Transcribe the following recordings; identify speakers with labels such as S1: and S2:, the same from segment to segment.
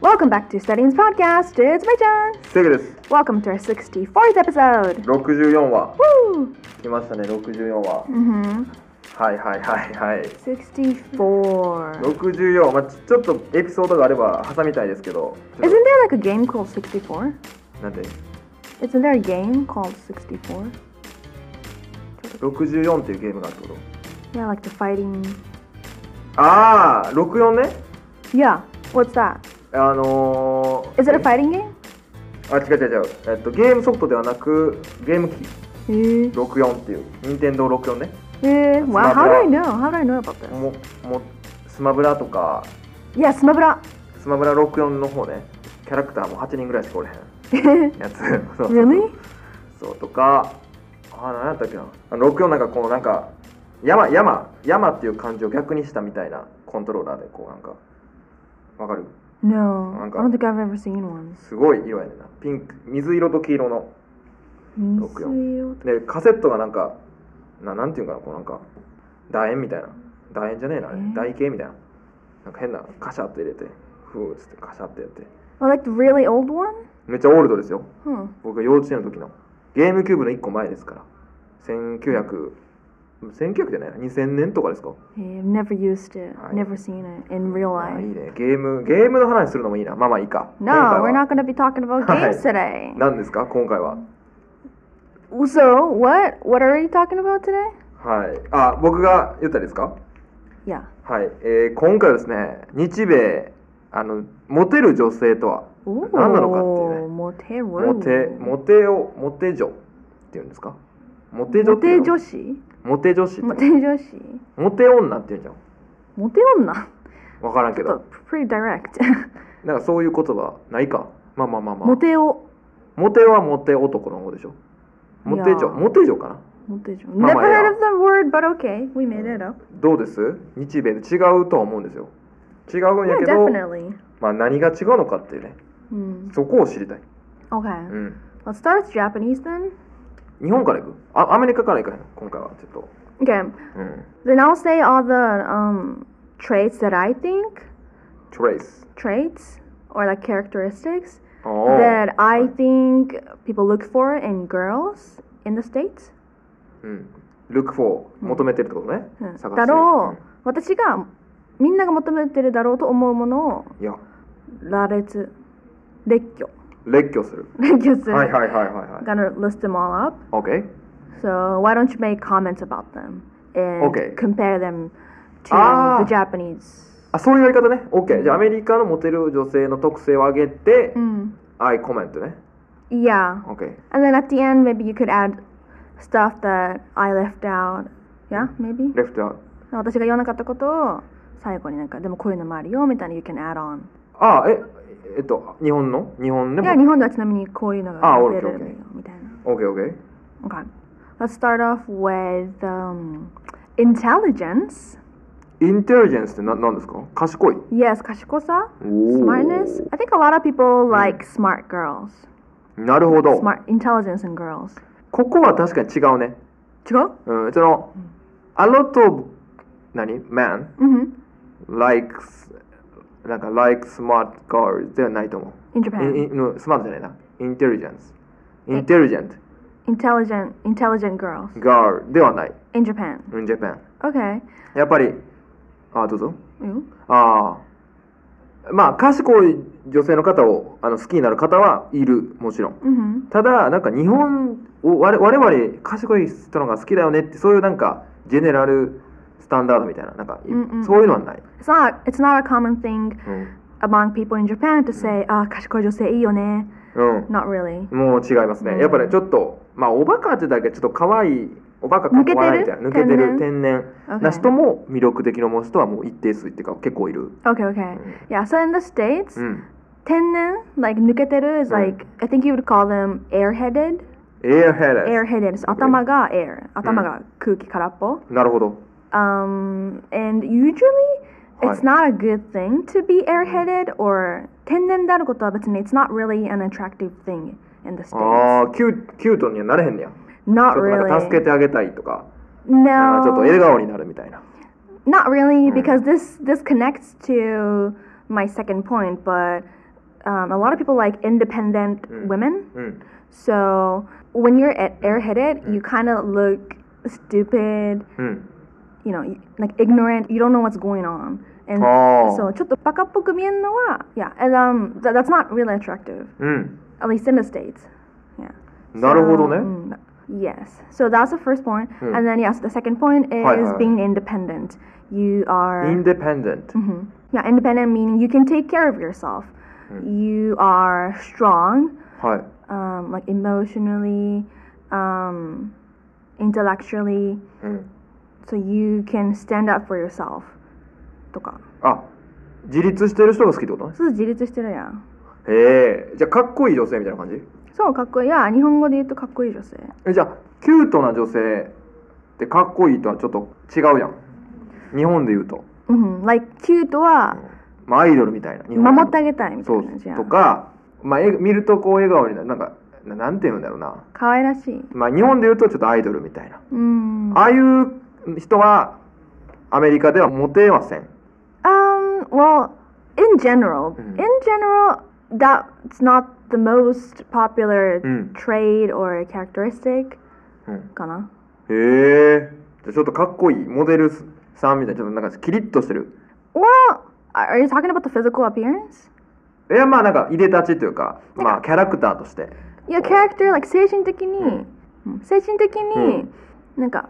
S1: Welcome back to Studying's podcast. It's my chance.
S2: セグです。
S1: Welcome to our 64th episode.
S2: 64話。
S1: Woo!
S2: 来ましたね、64話。
S1: Mm-hmm.
S2: はいはいはいはい。
S1: 64.
S2: 64、まあ、ちちょっとエピソードがあれば挟みたいですけど、ちょっ
S1: Isn't there like a game called 64?
S2: となんて
S1: Isn't there a game called 64?
S2: 64っていうゲームがあるってこ
S1: Yeah, like the fighting.
S2: とああ、64ね。
S1: Yeah. What's that?
S2: あのー、
S1: Is it a fighting game?
S2: あ、違う違う違う。えっと、ゲームソフトではなく、ゲーム機
S1: Eh.
S2: 64っていう、任天堂64ね。
S1: Eh. Wow.
S2: not
S1: How do I
S2: bad.
S1: know? How do I know about this?
S2: も、も、スマブラとか、
S1: Yeah, Smabra.
S2: スマブラ64の方ね、キャラクターも8人ぐらいしかおれへん。やつ。そうそうそう
S1: really?
S2: そうとかあ何やったっけなあの64なんかこうなんか山山山っていう漢字を逆にしたみたいなコントローラーでこうなんかわかる
S1: No. I
S2: Hang
S1: don't
S2: on.
S1: think I've ever seen one.
S2: すごい色やねんなピンク水色と黄色の
S1: Oh,
S2: でカセットがなんかななんていうんかなこうなんか楕円みたいな楕円じゃねえなあれ
S1: えー
S2: 楕円形みたいななんか変なカシャって入れてふーっつってカシャってやって
S1: Oh, like the really old one?
S2: めっちゃオールドですよ
S1: Huh.
S2: 僕が幼稚園の時のゲームキューブの1個前ですから1900 1900じゃないな2000年とかですか
S1: Yeah, I've never used it.
S2: I-
S1: Never seen it in real
S2: あい
S1: life.
S2: いねゲームゲームの話するのもいいなまあまあいいか
S1: No,
S2: 今
S1: we're
S2: 回は
S1: not going to be talking about
S2: Hi.
S1: games today.
S2: 何ですか今回は
S1: So, what? What are we talking about today?
S2: はいあ僕が言ったですか
S1: Yeah.
S2: はい、えー今回はですね日米あのモテる女性とは
S1: Ooh,
S2: 何なのかっていうね
S1: モテる。
S2: モテモテをモテ女っていうんですかモテ女っていうの
S1: モテ女子
S2: モテ女子って
S1: モテ女子
S2: モテ女っていうんじゃん
S1: モテ女
S2: 分からんけど
S1: pretty direct.
S2: なんかそういう言葉ないかまあまあまあまあ
S1: モテを。
S2: モテはモテ男の方でしょモテ
S1: いや
S2: 女モテ女かな
S1: モテ女。
S2: まあまあ
S1: Never
S2: いいや。
S1: heard of the word, but okay, we made it up.
S2: どうです日米で違うとは思うんですよ違うんや
S1: Yeah,
S2: けど、
S1: definitely.
S2: まあ、何が違うのかっていうね
S1: Hmm.
S2: そこを知りたい、う
S1: Okay,
S2: ん、
S1: let's start with Japanese then.
S2: 日本から行くあアメリカから行かへん今回はちょっと、
S1: Okay,
S2: うん、
S1: then I'll say all the um, traits that I think
S2: トレイス
S1: traits or like characteristics
S2: お
S1: that I think people look for in girls in the states.
S2: うん、look for 求めてるってことね、探してる
S1: だろう、Hmm. 私がみんなが求めてるだろうと思うものを
S2: うんいや
S1: 羅列列挙
S2: 列挙する
S1: 列挙する。
S2: はいはいはいはいはい
S1: Gonna list them all up.
S2: OK
S1: So why don't you make comments about them and
S2: Okay. Ah.
S1: compare them to
S2: あー
S1: the Japanese?
S2: あそういうやり方ね OK じゃあアメリカのモテる女性の特性を挙げて、
S1: Mm.
S2: I コメントね
S1: Yeah.
S2: OK
S1: And then at the end, maybe you could add stuff that I left out. Yeah, maybe?
S2: レフトは
S1: 私が言わなかったことを最後になんかでもこういうのもあるよみたいな you can add on
S2: あええっと日本の日本
S1: い
S2: でも
S1: や日本ではちなみにこういうのが
S2: あ
S1: 出
S2: okay,
S1: る
S2: okay.
S1: みたいな
S2: OK OK
S1: okay. Let's start off with、intelligence
S2: インテリジェンスってな何ですか賢い
S1: yes 賢さ
S2: おー
S1: smartness I think a lot of people
S2: Mm-hmm。
S1: like smart girls
S2: なるほど
S1: smart intelligence in girls
S2: ここは確かに違うね
S1: 違う
S2: うんその a lot of 何 man
S1: うん
S2: likes なんか like smart girls ではないと思
S1: in
S2: う、
S1: Japan
S2: インインスマートじゃないなインテリジェンスインテリジェント
S1: intelligent intelligent girls
S2: girl ではない
S1: in Japan
S2: in Japan
S1: okay
S2: やっぱりあどうぞ
S1: うん
S2: ああまあ賢い女性の方をあの好きになる方はいるもちろん
S1: うん
S2: ただなんか日本を我々我々賢い人のが好きだよねってそういうなんかジェネラルスタンダードみたいななんかい
S1: うんうん
S2: そういうのはない、
S1: It's not, it's not a common thing
S2: うん、
S1: among people in Japan to say, "Ah, あ、賢い女性いいよね。
S2: うん
S1: Not really.
S2: もう違いますね、
S1: うん
S2: やっぱりちょっとまあおバカってだけちょっと可愛いおバカかっこ悪いみたいな
S1: 抜
S2: 抜
S1: け
S2: け
S1: て
S2: て
S1: る
S2: る天然
S1: Okay.
S2: な人も魅力的なもう人はもう一定数っていうか結構いる、
S1: Okay, okay. Yeah, so in the States,
S2: うん、
S1: 天然, like 抜けてる is
S2: Mm.
S1: like, I think you would call them airheaded.
S2: エアヘレ
S1: Airheaded is 頭が air. 頭が空気空っぽ。
S2: なるほど
S1: Um, and usually, it's not a good thing to be
S2: Mm.
S1: airheaded or 天然であることは別に it's not really an attractive thing in the States.
S2: ああキュキュートにはなれへんねや
S1: Not
S2: ちょっとなんか助け
S1: really.
S2: てあげたいとか、なん
S1: No.
S2: Ah, かちょっと笑顔になるみたいな。
S1: Not really, because this this connects to my second point, but um, a lot of people like independent
S2: Mm.
S1: women.
S2: うん
S1: So when you're at airheaded, you kind of look stupid,
S2: うん
S1: you know, like ignorant. You don't know what's going on. And
S2: ああ
S1: so ちょっとバカっぽく見えるのは yeah, and um, that, that's not really attractive,
S2: うん
S1: at least in the states. Yeah.
S2: なるほど
S1: So,
S2: ね
S1: mm, yes. So that's the first point,
S2: eh? Hmm.
S1: and then yes, the second point is
S2: はいはいはい。
S1: being independent. You are
S2: インデペンデント
S1: Mhm. Yeah, independent meaning you can take care of yourself. You are strong,
S2: はい
S1: um, like emotionally, um, intellectually,
S2: うん
S1: so you can stand up for yourself. とか。
S2: あ自立してる人が好きってことね
S1: そう自立してるやん。
S2: へえじゃあかっこいい女性みたいな感じ
S1: そう、かっこいい。いや、日本語で言うとかっこいい女性。
S2: えじゃあキュートな女性ってかっこいいとはちょっと違うやん日本で言うと、
S1: うん。like cute は
S2: まあ、アイドルみたいな日本
S1: 守ってあげたいみたい
S2: そう
S1: な感じや
S2: と
S1: ん。
S2: か、まあ、え見るとこう笑顔になるなんかななんて言うんだろうな、
S1: かわいらしい。
S2: まあ、日本で言うとちょっとアイドルみたいな
S1: うん。
S2: ああいう人はアメリカではモテません
S1: Um, well, in general, in general, that's not the most popular
S2: Mm.
S1: trait or characteristic.
S2: Mm.
S1: かな。
S2: へえじゃあちょっとかっこいいモデルさんみたいなちょっとなんかキリッとしてる
S1: Well, are you talking about the physical appearance?
S2: いやまあなんかいでたちというかまあキャラクターとして
S1: いや、キャラクター、like 精神的に、精神的に、なんか、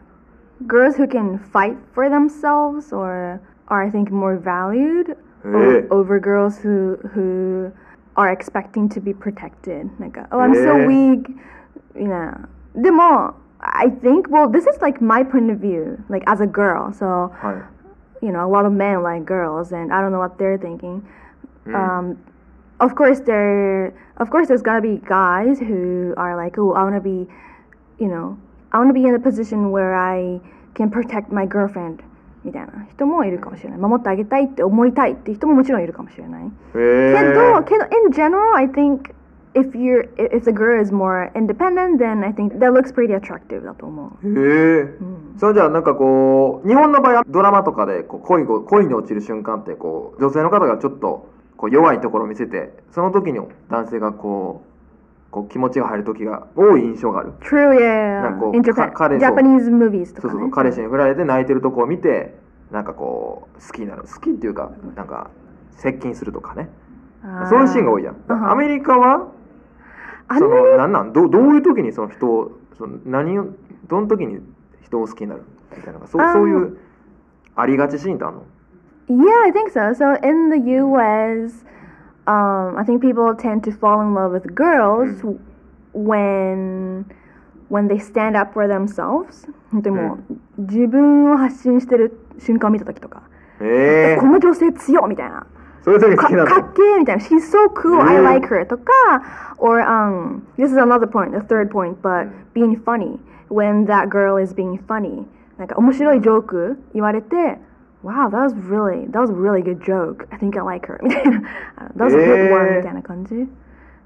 S1: girls who can fight for themselves or are, I think, more valued
S2: へえ
S1: over girls who who are expecting to be protected. Like, oh, I'm
S2: Yeah.
S1: so weak, you know. でも I think, well, this is like my point of view, like as a girl. So,
S2: はい
S1: you know, a lot of men like girls, and I don't know what they're thinking. Um, of course, there, of course, there's gonna be guys who are like, oh, I wanna be, you know, I wanna be in a position where I can protect my girlfriend. みたいな人もいるかもしれない。守ってあげたいって思いたいって人ももちろんいるかもしれない。
S2: へえ
S1: けど、けど、in general, I think if you're, if the girl is more independent, then I think that looks pretty attractive だと思う。
S2: へえ、それじゃあなんかこう日本の場合はドラマとかでこう恋を恋に落ちる瞬間ってこう女性の方がちょっとこう弱いところを見せてその時に男性がこうこう気持ちが入る時が多い印象がある
S1: True, yeah.
S2: なんかこう
S1: In
S2: か彼
S1: Japan,
S2: そう
S1: Japanese movies と
S2: そ
S1: か
S2: うそ
S1: ね
S2: うそう。彼氏に振られて泣いてるとこを見てなんかこう好きになる好きっていうかなんか接近するとかね
S1: あ
S2: そういうシーンが多いやん
S1: うん
S2: アメリカは
S1: アメ
S2: そ
S1: リ
S2: のなんなんどうどういう時にその人をその何をどの時に人を好きになるみたいなのがそう
S1: あー
S2: そういうありがちシーンってあるの
S1: Yeah, I think so. So in the US, um, I think people tend to fall in love with girls
S2: Mm.
S1: when when they stand up for themselves. でも、
S2: Mm.
S1: 自分を発信してる瞬間を見た時とか、
S2: ええ
S1: この女性強っみたいな。
S2: そういう時好
S1: か
S2: きな
S1: か
S2: の
S1: っけえみたいな。She's so cool, I
S2: えー
S1: like her とか、or um, this is another point, the third point, but being funny. When that girl is being funny. なんか面白いジョーク言われて、Wow, that was really, that was a really good joke. I think I like her. みたいな。That was a good
S2: えー
S1: one. みたいな感じ。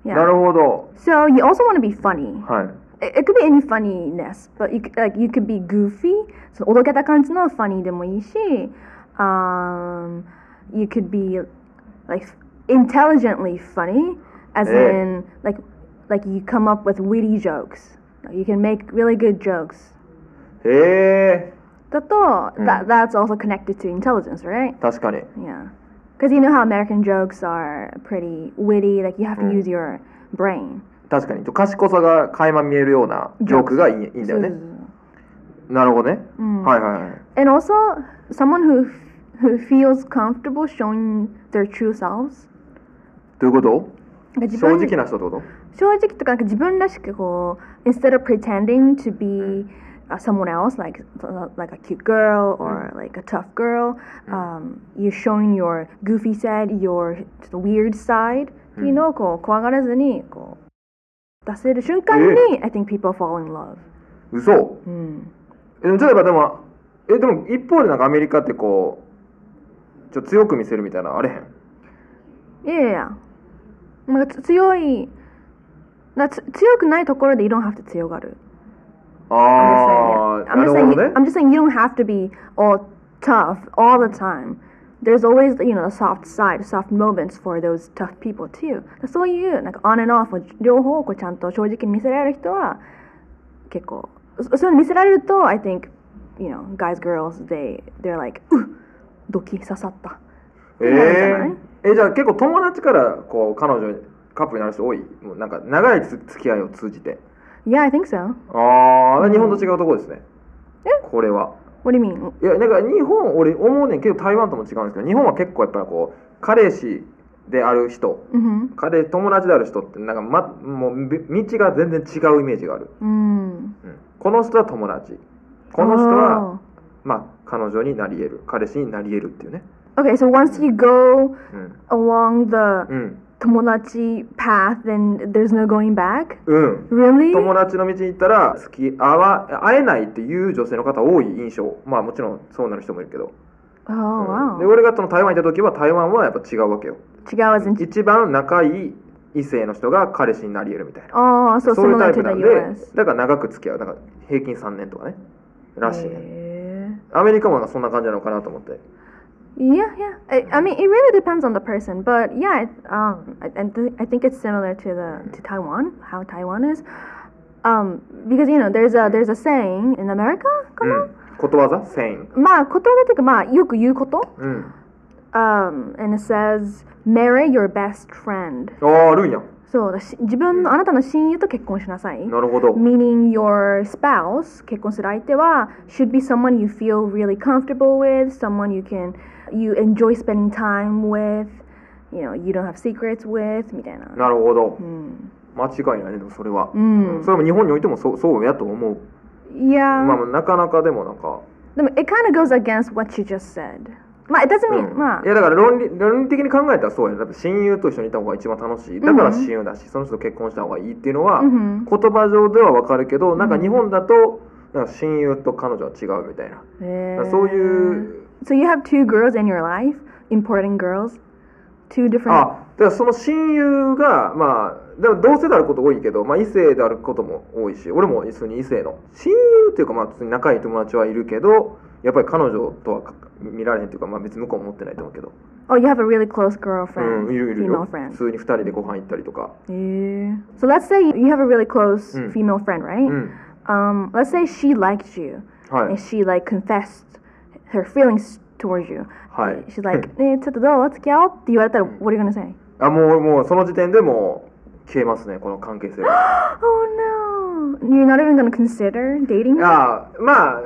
S2: な
S1: Yeah.
S2: るほど
S1: So you also want to be funny.
S2: はい
S1: It, it could be any funniness, but you could, like you could be goofy. そのおどけた感じの funny でもいいし、um, you could be like intelligently funny, as
S2: ええ
S1: in like like you come up with witty jokes. You can make really good jokes.
S2: へえ
S1: That, that that's also connected to intelligence, right?
S2: 確かに
S1: Yeah. Because you know how American jokes are pretty witty. Like you have to use your brain.
S2: 確かにと賢さが垣間見えるようなジョークがいいいいんだよね
S1: So-
S2: なるほどね、はいはいはい
S1: and also someone who who feels comfortable showing their true selves
S2: どういうこと
S1: なんか自
S2: 正
S1: 分
S2: 直な人ってこと
S1: 正直とかなんか自分らしくこう instead of pretending to be、uh, someone else like like a cute girl or like a tough girl、um, you're showing your goofy side your ちょっと weird side っていうのをこう怖がらずにこう出せる瞬間に、I think people fall in love
S2: 嘘
S1: うん
S2: え例えばでもえでも一方でなんかアメリカってこうちょっと強く見せるみたいなのあれへん
S1: いやいやいやなんかつ強いなつ強くないところで you don't have to 強がる。
S2: ああ
S1: I'm just
S2: なる
S1: saying,
S2: ほどね
S1: I'm just saying you don't have to be all tough all the time. there's always you know the soft side soft moments for those tough people too そういうなんか on and off を両方こうちゃんと正直に見せられる人は結構そそういうの見せられると I think you know guys girls they they're like うっドキ刺さった
S2: え
S1: なるんじゃない
S2: ーえじゃあ結構友達からこう彼女カップルになる人多いもうなんか長いつ付き合いを通じて
S1: Yeah I think so
S2: ああ日本と違うところですね、
S1: え
S2: これは
S1: What do you mean?
S2: いやなんか日本俺思うねんけど台湾とも違うんですけど日本は結構やっぱりこう彼氏である人
S1: うん
S2: 彼友達である人ってなんか、ま、もうび道が全然違うイメージがある、
S1: うん
S2: うんこの人は友達この人
S1: Oh.
S2: はまあ彼女になり得る彼氏になり得るっていうね
S1: Oh. Okay so once you go
S2: うん
S1: along the
S2: うん
S1: 友達 path then there's no going back
S2: うん、
S1: Really?
S2: 友達の道に行ったら付き合わ会えないっていう女性の方多い印象まあもちろんそうなる人もいるけど、
S1: Oh
S2: うんで
S1: wow
S2: 俺がその台湾にいた時は台湾はやっぱ違うわけよ
S1: 違う as in
S2: 一番仲いい異性の人が彼氏になり得るみたいな
S1: Oh so
S2: そういうタ
S1: similar
S2: イ
S1: to
S2: プな
S1: the
S2: んで
S1: US
S2: だから長く付き合うだから平均3年とかねらしいね
S1: へー
S2: アメリカもなんかそんな感じなのかなと思って
S1: Yeah, yeah. I, I mean, it really depends on the person, but yeah, it, um, I, and th- I think it's similar to the to Taiwan, how Taiwan is, um, because you know there's a there's a saying in America, か
S2: う
S1: な、
S2: んことわざ ?1000
S1: まあ言葉というかまあよく言うこと、
S2: うん、
S1: um, and it says marry your best friend.
S2: あああるんや
S1: そうだし自分のあなたの親友と結婚しなさい。
S2: なるほど
S1: Meaning your spouse 結婚する相手は should be someone you feel really comfortable with, someone you can you enjoy spending time with, you know you don't have secrets with みたいな。
S2: なるほど
S1: うん。
S2: 間違いないねでもそれは
S1: う、ん。
S2: それも日本においてもそうそうやと思う
S1: Mm. yeah.
S2: まあなかなかでもなんか、
S1: でも it kind of goes against what you just said. まあ it doesn't
S2: うん
S1: mean、まあ
S2: い。やだから論理論理的に考えたらそうやねやっぱ親友と一緒にいた方が一番楽しいだから親友だし、その人と結婚した方がいいっていうのは、
S1: うん
S2: 言葉上ではわかるけどなんか日本だとなんか親友と彼女は違うみたいな、
S1: へ
S2: だか
S1: ー
S2: らそういう、
S1: Eh. So you have two girls in your life, important girls, two different.
S2: あだからその親友がまあでも同性であること多いけど、まあ、異性であることも多いし俺も普通に異性の親友っていうかまあ普通に仲いい友達はいるけどやっぱり彼女とは見られへんっていうか、まあ、別に向こうも持ってないと思うけど
S1: Oh, you have a really close
S2: うん、
S1: girlfriend,
S2: いるいる
S1: female
S2: よ
S1: friend.
S2: 普通に2人でご飯行ったりとか
S1: Yeah. So let's say you have a really close
S2: Mm.
S1: female friend, right?
S2: Mm.
S1: Um, let's say she liked you
S2: は
S1: and
S2: い
S1: she like confessed her feelings towards you.
S2: はい
S1: She's like, eh, ちょっとどう付き合おうって言われたら、what
S2: Mm.
S1: are you gonna say?
S2: あもうもうその時点でもう消えますねこの関係性 が
S1: Oh no! You're not even gonna consider dating?
S2: い
S1: her?
S2: やまあ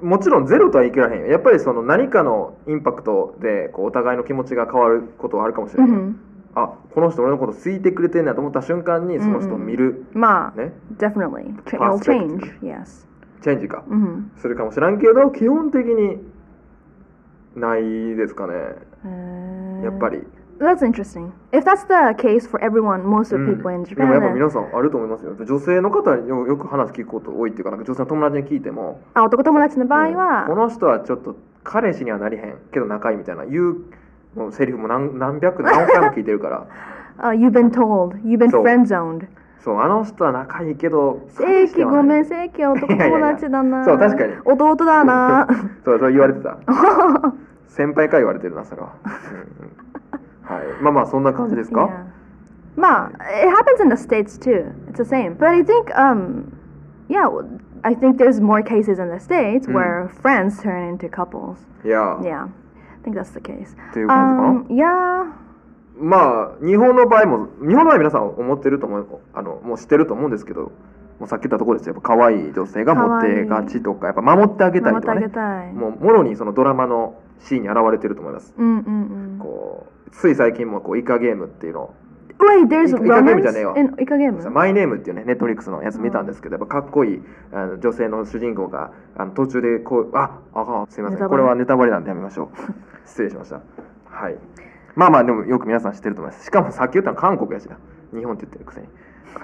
S2: もちろんゼロとは言い切らへんよやっぱりその何かのインパクトでこうお互いの気持ちが変わることはあるかもしれない、
S1: Mhm.
S2: あこの人俺のこと好いてくれてんなと思った瞬間にその人を見る、
S1: まあ、
S2: ね
S1: definitely. Ch- it'll
S2: Perspective.
S1: change, yes.
S2: チェンジか
S1: Mhm.
S2: するかもしらんけど基本的にないですかね
S1: Uh,
S2: やっぱり、
S1: That's interesting. If that's the case for everyone, most
S2: Mm.
S1: of people in
S2: でも
S1: Japan,
S2: やっぱ
S1: then,
S2: 皆さんあると思いますよやっぱ女性の方によよく話聞くこと多いっていうかなんか女性の友達に聞いても
S1: あ男友達の場合は、
S2: この人はちょっと彼氏にはなりへんけど仲いいみたいな言うもうセリフも何何百何回も聞いてるから
S1: Uh, you've been told. You've been
S2: そう
S1: friend zoned.
S2: そうあの人は仲いいけど
S1: 正規ごめん
S2: ん
S1: 正規男友達だな。
S2: いやいやいやそう確かに
S1: 弟だな。
S2: そうそう言われ てた先輩から言われてるなそれは、うんうんはい、まあまあそんな感じ ですか
S1: Yeah. まあ、it happens in the states too. It's the same. But I think, um, yeah, I think there's more cases in the states where friends turn into couples.
S2: いや
S1: Yeah, I think that's the case.
S2: っていう感じかな
S1: Um, yeah.
S2: まあ日本の場合も日本の場合皆さん思ってると思うあのもう知ってると思うんですけどもうさっき言ったところですよやっぱ可愛い女性がモテがちとかやっぱ守ってあげたり
S1: 守
S2: と
S1: って
S2: か
S1: あげた
S2: ね
S1: い。
S2: もうもろにそのドラマのシーンに現れてると思います
S1: うんうんうん。
S2: こうつい最近もこうイカゲームっていうのを
S1: Wait, there's
S2: イカイカゲームじゃねえ
S1: romance
S2: わ
S1: in イカゲーム。
S2: マイネームっていうねネットフリックスのやつ見たんですけどやっぱかっこいいあの女性の主人公があの途中でこうああかんすいませ
S1: ネタバレ
S2: んこれはネタバレなんでやめましょう 失礼しましたはいまあまあでもよく皆さん知ってると思いますしかもさっき言ったの韓国やしな日本って言ってるくせに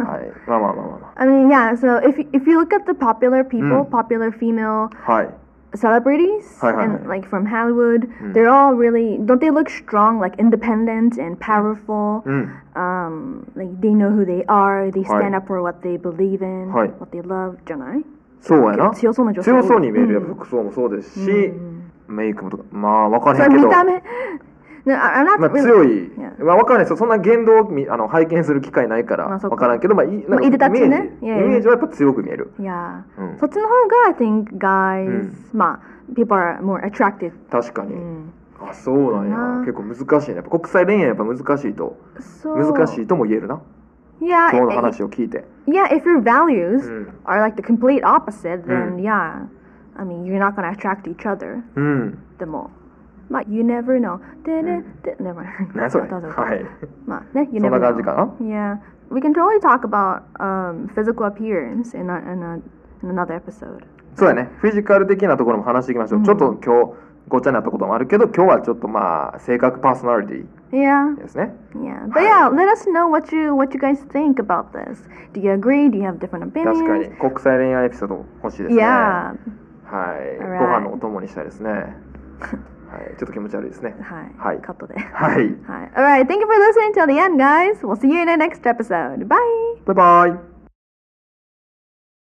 S2: はいまあまあまあまあま
S1: I mean, yeah. So if y- if you look at the popular people, popular female
S2: あはい
S1: celebrities,
S2: Mm. Hi, hi, Mm.
S1: and
S2: hi.
S1: like from Hollywood, they're all really don't they look strong, like independent and powerful.
S2: うん
S1: Um, like they know who they are. They
S2: Mm. Hi.
S1: stand up for what they believe in,
S2: Hi.
S1: what they love. じゃない？
S2: そうやな
S1: 強そうな女性
S2: 強そうに見えるやっぱ服装もそうですし、メイクもとかまあ分から
S1: そ
S2: へ
S1: れ
S2: んけ
S1: 見
S2: ど
S1: た目 no, I- I'm not
S2: まあ
S1: really-
S2: 強い
S1: Yeah.
S2: まあ分からないですよそんな言動を見あの拝見する機会ないから
S1: まあそっ
S2: 分
S1: か
S2: からんけどまあいなんか
S1: まあいでたちね
S2: イメ
S1: Yeah,
S2: ージ
S1: yeah.
S2: イメージはやっぱ強く見える
S1: Yeah.
S2: うん
S1: そっちの方が I think guys、まあ
S2: Mm.
S1: people are more attracted、
S2: 確かに、
S1: うん、
S2: あそうなんや
S1: かな
S2: 結構難しいねやっぱ国際恋愛やっぱ難しいと
S1: そう
S2: 難しいとも言えるな
S1: Yeah, eh,
S2: 今日の
S1: i- i-
S2: 話を聞いて
S1: yeah, if your values、
S2: うん、
S1: are like the complete opposite, then
S2: Mm.
S1: yeah, I mean, you're not gonna attract each other
S2: うん、
S1: the more. But you never know. De- de- de- Never mind.
S2: 何それ
S1: That
S2: は
S1: doesn't-
S2: い
S1: まあね You
S2: そん
S1: never
S2: な感じ
S1: know.
S2: かな
S1: Yeah, we can totally talk about um, physical appearance in a, in, a, in another episode.
S2: そうやねフィジカル的なところも話していきましょう、
S1: うん
S2: ちょっと今日ごちゃになったこともあるけど今日はちょっとまあ性格パーソナリテ
S1: Yeah,
S2: ィですね
S1: yeah. But yeah, let us know what you what you guys think about this. Do you agree? Do you have different
S2: 確かに
S1: opinions?
S2: 国際恋愛エピソード欲しいですね
S1: Yeah.
S2: はい、
S1: Alright.
S2: ご飯のお供にしたいですねはいちょっと気持ち悪いですねは。
S1: はいい。カットで。
S2: はい
S1: はい。Alright, thank you for listening till the end, guys. We'll see you in the next episode. Bye.
S2: バイバイ